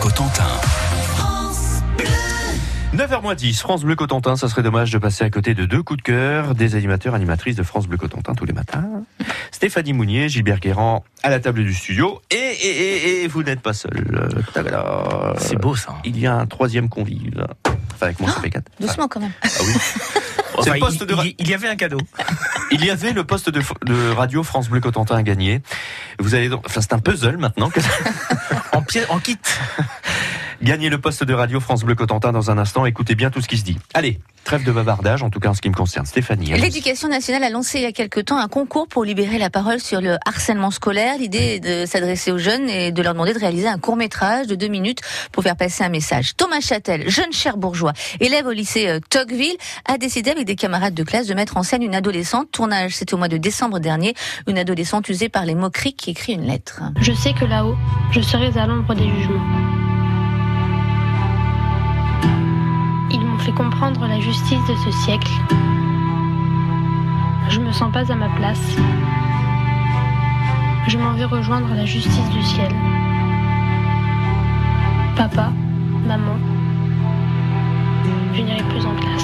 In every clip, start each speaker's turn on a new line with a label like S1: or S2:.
S1: Cotentin.
S2: 9h10, France Bleu Cotentin, ça serait dommage de passer à côté de deux coups de cœur des animateurs animatrices de France Bleu Cotentin tous les matins. Stéphanie Mounier, Gilbert Guérand à la table du studio et, et, et, et vous n'êtes pas seul. Euh, tagada.
S3: C'est beau ça.
S2: Il y a un troisième convive. Enfin avec moi ça fait quatre.
S4: Doucement quand même.
S2: Ah oui. C'est
S3: Enfin,
S2: le poste
S3: il,
S2: de ra-
S3: il- il y avait un cadeau.
S2: Il y avait le poste de, de radio France Bleu Cotentin à gagner. Vous allez donc, enfin c'est un puzzle maintenant. que-
S3: En, pièce, en kit.
S2: Gagnez le poste de radio France Bleu Cotentin dans un instant. Écoutez bien tout ce qui se dit. Allez, trêve de bavardage, en tout cas en ce qui me concerne. Stéphanie. allez-y.
S4: L'éducation nationale a lancé il y a quelque temps un concours pour libérer la parole sur le harcèlement scolaire. L'idée est de s'adresser aux jeunes et de leur demander de réaliser un court métrage de deux minutes pour faire passer un message. Thomas Châtel, jeune cher bourgeois, élève au lycée euh, Tocqueville, a décidé avec des camarades de classe de mettre en scène une adolescente. Tournage, c'était au mois de décembre dernier. Une adolescente usée par les moqueries qui écrit une lettre.
S5: Je sais que là-haut, je serai à l'ombre des jugements. Ils m'ont fait comprendre la justice de ce siècle. Je me sens pas à ma place. Je m'en vais rejoindre la justice du ciel. Papa, maman, je n'irai plus en classe.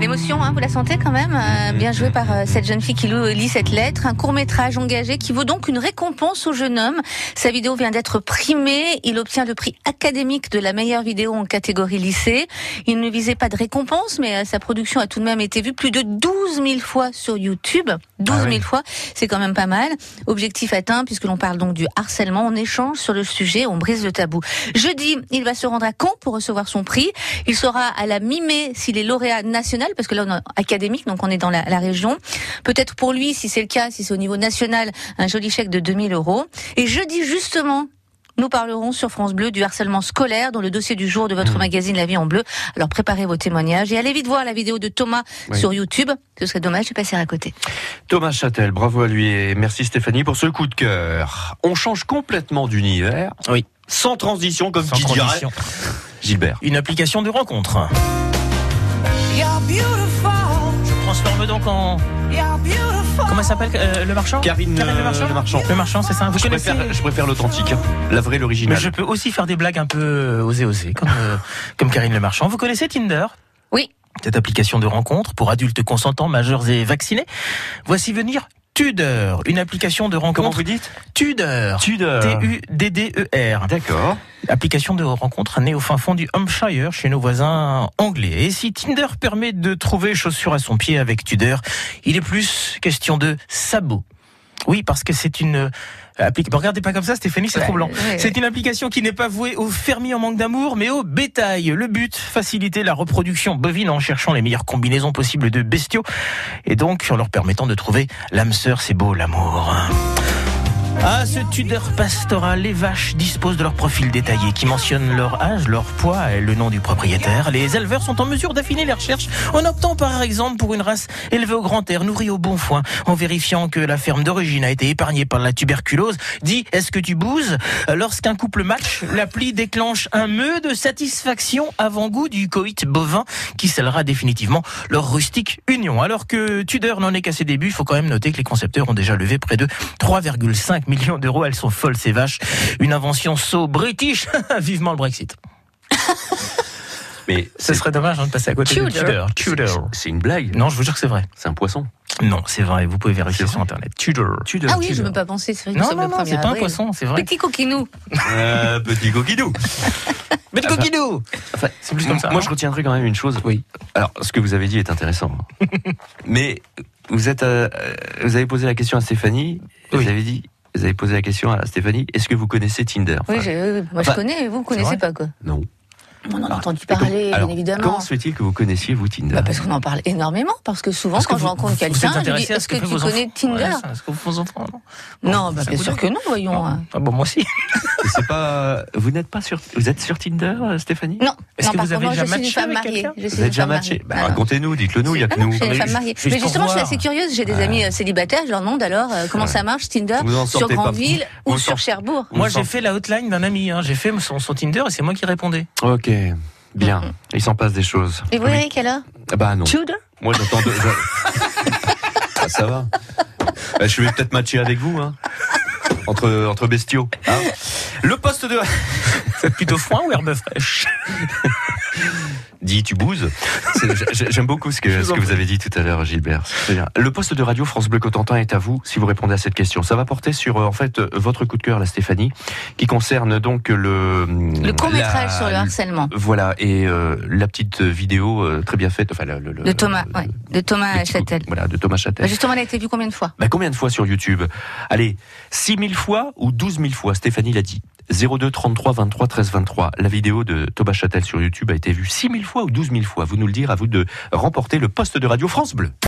S4: L'émotion, hein, vous la sentez quand même Euh,
S2: Mhm.
S4: Bien joué par euh, cette jeune fille qui lou- lit cette lettre. Un court métrage engagé qui vaut donc une récompense au jeune homme. Sa vidéo vient d'être primée. Il obtient le prix académique de la meilleure vidéo en catégorie lycée. Il ne visait pas de récompense, mais euh, sa production a tout de même été vue plus de 12 000 fois sur YouTube. 12 000
S2: Ah oui.
S4: fois, c'est quand même pas mal. Objectif atteint, puisque l'on parle donc du harcèlement. On échange sur le sujet, on brise le tabou. Jeudi, il va se rendre à Caen pour recevoir son prix. Il sera à la mi-mai s'il est lauréat national, parce que là on est académique, donc on est dans la, la région. Peut-être pour lui, si c'est le cas, si c'est au niveau national, un joli chèque de 2000 euros. Et jeudi justement, nous parlerons sur France Bleu du harcèlement scolaire dans le dossier du jour de votre
S2: Mmh.
S3: Hmm.
S4: magazine La Vie en Bleu. Alors préparez vos témoignages et allez vite voir la vidéo de Thomas
S2: Oui.
S4: sur YouTube. Ce serait dommage de passer à côté.
S2: Thomas Châtel, bravo à lui et merci Stéphanie pour ce coup de cœur. On change complètement d'univers.
S3: Oui.
S2: Sans transition, comme
S3: Sans
S2: qui dirait
S3: condition.
S2: Gilbert.
S3: Une application de rencontre. Je transforme donc en. Comment s'appelle euh, le marchand
S2: Karine
S3: Karine
S2: euh,
S3: le marchand
S2: Le Marchand.
S3: Le marchand, c'est ça. Vous
S2: Je
S3: connaissez
S2: préfère, je préfère l'authentique, hein. la vraie,
S3: Mais
S2: l'originale.
S3: je peux aussi faire des blagues un peu euh, osées osées, comme, euh, comme Karine Le Marchand. Vous connaissez Tinder
S4: Oui.
S3: Cette application de rencontre pour adultes consentants, majeurs et vaccinés. Voici venir Tudor, une application de
S2: Comment
S3: rencontre
S2: vous dites
S3: Tudor.
S2: Tudor.
S3: T-U-D-D-E-R.
S2: D'accord.
S3: Application de rencontre née au fin fond du Hampshire chez nos voisins anglais. Et si Tinder permet de trouver chaussures à son pied avec Tudor, il est plus question de sabots. Oui, parce que c'est une euh, application. Regardez pas comme ça, Stéphanie, c'est
S4: Ouais,
S3: troublant.
S4: ouais, ouais.
S3: C'est une application qui n'est pas vouée aux fermiers en manque d'amour, mais au bétail. Le but, faciliter la reproduction bovine en cherchant les meilleures combinaisons possibles de bestiaux et donc en leur permettant de trouver l'âme sœur, c'est beau l'amour. Ah, ce Tudor pastoral, les vaches disposent de leur profil détaillé qui mentionne leur âge, leur poids et le nom du propriétaire. Les éleveurs sont en mesure d'affiner les recherches en optant par exemple pour une race élevée au grand air, nourrie au bon foin, en vérifiant que la ferme d'origine a été épargnée par la tuberculose. Dis, est-ce que tu bouses Lorsqu'un couple match, l'appli déclenche un meux de satisfaction avant-goût du coït bovin qui scellera définitivement leur rustique union. Alors que Tudor n'en est qu'à ses débuts, il faut quand même noter que les concepteurs ont déjà levé près de 3,5 millions d'euros. Elles sont folles ces vaches. Une invention so british. Vivement le Brexit.
S2: Mais
S3: Ce serait dommage hein, de passer à côté de
S4: Tudor.
S3: Tudor. Tudor.
S2: c'est une blague.
S3: Non, je vous jure que c'est vrai.
S2: C'est un poisson.
S3: Non, c'est vrai. Vous pouvez vérifier
S2: C'est
S3: sur internet. Tudor.
S2: Tudor.
S4: Ah oui,
S2: Tudor.
S4: je ne veux pas penser. C'est vrai que nous
S3: Non,
S4: sommes
S3: non,
S4: le
S3: non,
S4: 1er
S3: c'est pas un
S4: avril.
S3: poisson, c'est vrai.
S4: Petit coquinou.
S2: Euh, petit coquidou.
S3: Mais le coquidou
S2: Enfin,
S3: C'est plus comme ça. hein.
S2: Moi,
S3: non
S2: je retiendrai quand même une chose.
S3: Oui.
S2: Alors, ce que vous avez dit est intéressant. Mais vous êtes, euh, euh, vous avez posé la question à Stéphanie.
S3: Oui.
S2: Vous avez dit, vous avez posé la question à Stéphanie. Est-ce que vous connaissez Tinder
S4: Oui,
S2: Enfin,
S4: j'ai- oui, oui. moi
S2: Enfin,
S4: je connais, vous ne connaissez
S3: Bah, vrai Bah,
S4: pas quoi.
S2: Non.
S4: On en a
S2: Ah,
S4: entendu
S2: Et donc,
S4: parler,
S2: alors,
S4: bien évidemment.
S2: Comment se fait-il que vous connaissiez vous Tinder
S4: Bah, parce qu'on en parle énormément, parce que souvent
S3: Est-ce que
S4: quand je
S3: vous-
S4: rencontre
S3: vous- vous êtes
S4: quelqu'un, je dis
S3: intéressé à
S4: Est-ce
S3: ce
S4: que,
S3: fait
S4: tu
S3: vos enfants
S4: connais Tinder
S3: Ouais, ça, Est-ce que vos enfants non
S4: Non,
S3: Bon,
S4: bah,
S3: ça
S4: bien
S3: vous
S4: sûr
S3: dit
S4: que non, voyons.
S3: Non.
S4: hein.
S3: Ah bon, moi aussi.
S2: Et c'est pas, euh, vous n'êtes pas sur, vous êtes sur Tinder, euh, Stéphanie
S4: Non,
S3: Est-ce
S4: non
S3: que
S4: par
S3: vous avez
S4: contre,
S3: déjà
S4: moi, je suis une
S3: matché
S4: femme
S3: avec
S4: mariée.
S3: quelqu'un
S4: Je suis
S2: Vous êtes
S4: une
S2: déjà
S4: femme
S2: matché
S4: mariée.
S2: Bah,
S4: Ah, non.
S2: Racontez-nous, dites-le nous, il n'y a
S4: Ah
S2: que
S4: non,
S2: nous.
S4: je suis une
S3: Mais
S4: femme
S3: ju-
S4: mariée.
S3: juste
S4: Mais
S3: pour
S4: justement, je suis
S3: voir.
S4: assez curieuse. J'ai des amis euh, célibataires. Je leur demande alors euh, comment
S2: Ouais.
S4: ça marche Tinder
S2: Vous en
S4: sur
S2: sortez pas.
S4: Grandville
S2: Vous
S4: ou
S2: en
S4: sur
S2: sortez-
S4: Cherbourg.
S2: On
S3: Moi,
S2: sent-
S3: j'ai fait la hotline d'un ami. hein. J'ai fait son, son Tinder et c'est moi qui répondais.
S2: Ok, bien. Il s'en passe des choses.
S4: Mm. Et vous,
S2: Oui.
S4: Eric, alors
S2: Ah Bah non.
S4: Tudor
S2: Moi, j'attends. De... je- Ah, ça va. Bah, je vais peut-être matcher avec vous, hein. Entre, entre bestiaux. hein. Le poste de...
S3: C'est plutôt foin ou herbe fraîche
S2: dit tu bouses. C'est- j'a- j'a- J'aime beaucoup ce que,
S3: vous
S2: ce
S3: en
S2: que vous
S3: prie.
S2: avez dit tout à l'heure, Gilbert. C'est bien. Le poste de radio France Bleu Cotentin est à vous si vous répondez à cette question. Ça va porter sur euh, en fait euh, votre coup de cœur, la Stéphanie, qui concerne donc le
S4: Le court métrage
S2: la-
S4: sur le harcèlement
S2: Voilà et euh, la petite vidéo euh, très bien faite. Enfin, le, le- le-
S4: de Thomas,
S2: le-
S4: ouais, de
S2: le
S4: Thomas
S2: petit coup-
S4: Châtel.
S2: Voilà, de Thomas Châtel.
S4: Bah, Justement, elle a été vue combien de fois
S2: Bah, combien de fois sur YouTube Allez, 6 000 fois ou 12 000 fois Stéphanie l'a dit. 02 33 23 13 23. La vidéo de Thomas Châtel sur YouTube a été vue 6 000 fois ou 12 000 fois. Vous nous le dire, à vous de remporter le poste de Radio France Bleu.